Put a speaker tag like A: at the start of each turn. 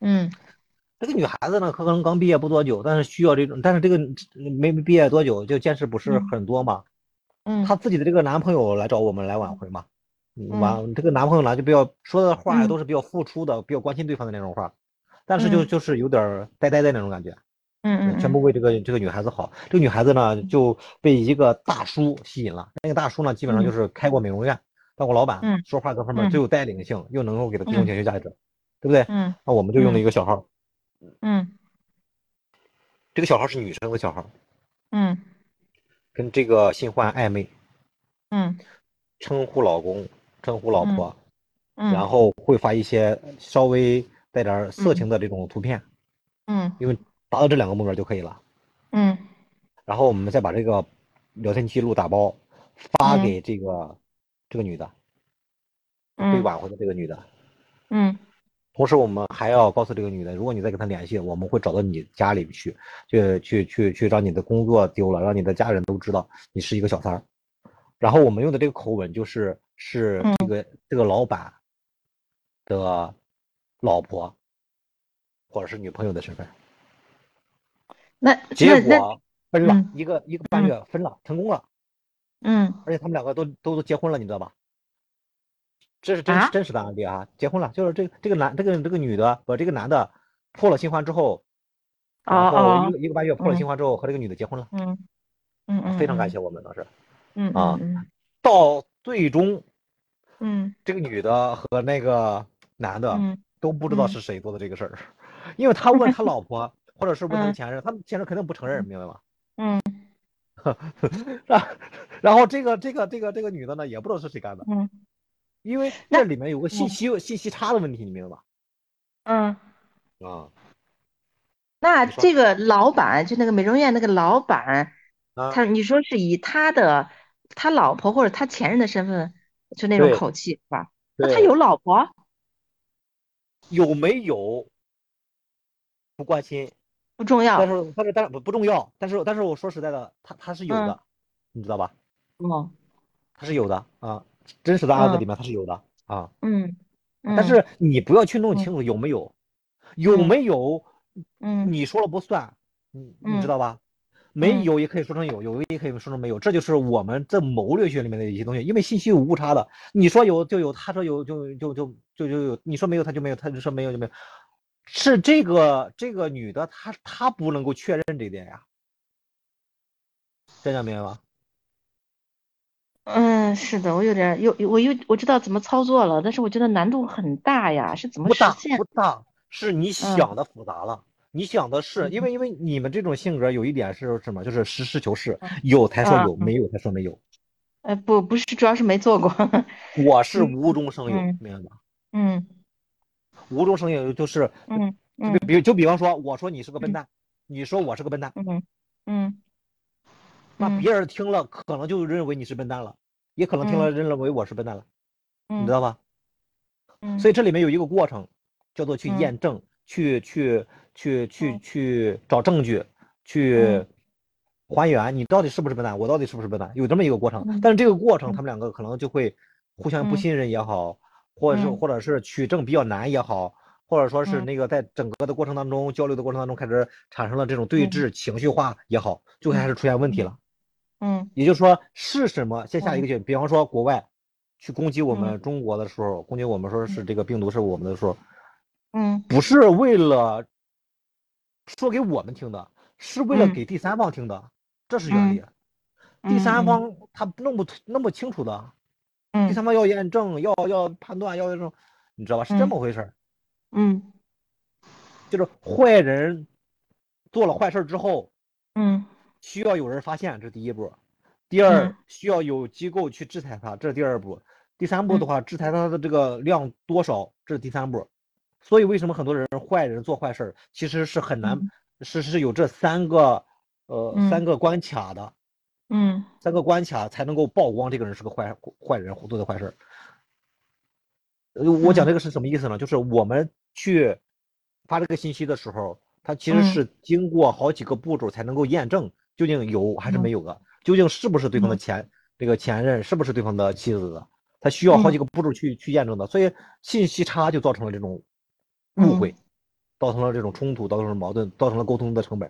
A: 嗯
B: 这个女孩子呢，可能刚毕业不多久，但是需要这种，但是这个没没毕业多久就见识不是
A: 嗯
B: 很多嘛。
A: 嗯
B: 她自己的这个男朋友来找我们来挽回嘛，
A: 嗯
B: 嗯挽这个男朋友呢就比较说的话
A: 嗯
B: 都是比较付出的，比较关心对方的那种话，但是就
A: 嗯
B: 就是有点儿呆呆的那种感觉，
A: 嗯嗯，
B: 全部为这个这个女孩子好。这个女孩子呢就被一个大叔吸引了，那个大叔呢基本上就
A: 嗯
B: 是开过美容院，当过老板，
A: 嗯
B: 说话各方面
A: 嗯
B: 最有带领性，又能够给她提
A: 嗯
B: 供情绪价值，对不对？
A: 嗯
B: 那我们就用了
A: 嗯
B: 一个小号。
A: 嗯
B: 这个小号是女生的小号，
A: 嗯
B: 跟这个新欢暧昧，
A: 嗯
B: 称呼老公，称呼老婆，
A: 嗯，
B: 然后会发一些稍微带点儿色情的这种图片，
A: 嗯
B: 因为达到这两个目标就可以了。
A: 嗯
B: 然后我们再把这个聊天记录打包发给这个、这个女的，被
A: 嗯
B: 挽回的这个女的。
A: 嗯
B: 同时，我们还要告诉这个女的，如果你再跟她联系，我们会找到你家里去，去去去去，让你的工作丢了，让你的家人都知道你是一个小三儿。然后我们用的这个口吻就是是这个、
A: 嗯
B: 这个老板的老婆或者是女朋友的身份。
A: 那
B: 结
A: 那那
B: 果分了、
A: 嗯
B: 一个一个半月，分了，成功了，
A: 嗯
B: 而且他们两个都都都结婚了，你知道吧？这是真、
A: 啊
B: 真实的案例啊，结婚了，就是这个这个男这个这个女的把这个男的破了新欢之后，
A: 哦
B: 然后一
A: 哦
B: 个一个半月破了
A: 嗯
B: 新欢之后和这个女的结婚了，
A: 嗯嗯嗯，
B: 非常啊感谢我们当时。
A: 嗯嗯
B: 到最终，
A: 嗯
B: 这个女的和那个男的
A: 嗯
B: 都不知道
A: 嗯
B: 是谁做的这个事儿，因为他问他老婆，或者是问他
A: 嗯
B: 们前任，他们前任肯定不承认，明白吗？
A: 嗯
B: 然后然后这个这个这个这个女的呢，也不知道是谁干的，
A: 嗯
B: 因为
A: 那
B: 这里面有个信息信息差的问题，你明白吧？
A: 嗯。
B: 啊
A: 那
B: 你说
A: 这个老板，就那个美容院那个老板，
B: 啊，
A: 他你说是以他的他老婆或者他前任的身份，就那种
B: 对
A: 口气是吧？那他
B: 对，
A: 有老婆？
B: 有没有不关心？
A: 不重
B: 但
A: 要。
B: 是但是但是不不重要，但是但是我说实在的，他他是有
A: 嗯，
B: 的，你知道吧？
A: 哦，
B: 他是有的啊，真实的案子里
A: 嗯
B: 面他是有的啊，
A: 嗯
B: 但
A: 嗯
B: 是你不要去弄
A: 嗯
B: 清楚有没有，有
A: 嗯
B: 没有，
A: 嗯
B: 你说了不算，你你
A: 嗯
B: 知道吧？没
A: 嗯
B: 有也可以说成有，有也可以说成没有，这就是我们在谋略学里面的一些东西，因为信息有误差的，你说有就有，他说有就就就就就有，你说没有他就没有，他就说没有就没有，是这个这个女的她她不能够确认这一点呀，这样明白吗？
A: 嗯，是的，我有点儿有我有我知道怎么操作了，但是我觉得难度很大呀，是怎么
B: 不
A: 实
B: 大
A: 现？
B: 不大，是你
A: 嗯
B: 想的复杂了。你想的是，因
A: 嗯
B: 为因为你们这种性格有一点是什么？就是实事求是，
A: 嗯
B: 有才说
A: 啊
B: 有，没
A: 嗯
B: 有才说没有。
A: 呃不不是，主要是没做过。
B: 我是
A: 嗯
B: 无中生有，
A: 嗯
B: 明白吗？
A: 嗯
B: 无中生有就是，
A: 嗯
B: 就比
A: 嗯
B: 比就比方说，我说你是个笨
A: 嗯
B: 蛋，你说我是个笨蛋，
A: 嗯嗯
B: 那
A: 嗯
B: 别人听了可能就认为你是笨蛋了，也可能听了
A: 嗯
B: 认为我是笨蛋了，你
A: 嗯
B: 知道吧？所
A: 嗯
B: 以这里面有一个过程，叫做去
A: 嗯
B: 验证，去去去去
A: 嗯
B: 去找证据，
A: 嗯
B: 去还原你到底是不是笨蛋，我到底是不是笨蛋，有这么一个过程。
A: 嗯
B: 但是这个过程，
A: 嗯
B: 他们两个可能就会互相
A: 嗯
B: 不信任也好，或者是
A: 嗯
B: 或者是取证比较难也好，或者说是
A: 嗯
B: 那个在整个的过程当中交流的过程当中开始产生了这种对
A: 嗯
B: 峙、情绪化也好，就开
A: 嗯
B: 始出现问题
A: 嗯
B: 了。
A: 嗯
B: 也就是说，是什么？先下
A: 嗯
B: 一个去，比方说国外去攻击我
A: 嗯
B: 们中国的时候，攻击我们说
A: 嗯
B: 是这个病毒是我们的时候，
A: 嗯
B: 不是为了说给我们听的，是为了
A: 嗯
B: 给第三方听的，这是原
A: 嗯
B: 理。第三
A: 嗯
B: 方他弄不弄不清楚的，第
A: 嗯
B: 三方要验证，要要判断，要这种，你知道吧？是这
A: 嗯
B: 么回事儿。
A: 嗯
B: 就是坏人做了坏事儿之后，
A: 嗯
B: 需要有人发现，这是第一步；第
A: 嗯
B: 二，需要有机构去制裁他，这是第二步；第三步
A: 嗯
B: 的话，制裁他的这个量多少，这是第三步。所以为什么很多人坏人做坏事儿，其实是很难，
A: 嗯
B: 是是有这三个呃三
A: 嗯
B: 个关卡的，
A: 嗯
B: 三个关卡才能够曝光这个人是个坏坏人做的坏事儿。呃，我讲
A: 嗯
B: 这个是什么意思呢？就是我们去发这个信息的时候，它其实
A: 嗯
B: 是经过好几个步骤才能够验证究竟有还是
A: 嗯
B: 没有的，究竟是不是对方的
A: 嗯
B: 前这个前任，是不是对方的妻子的，它需要好
A: 嗯
B: 几个步骤去去验证的，所以信息差就造成了这种误
A: 嗯
B: 会。造成了这种冲突，造成了矛盾，造成了沟通的成本。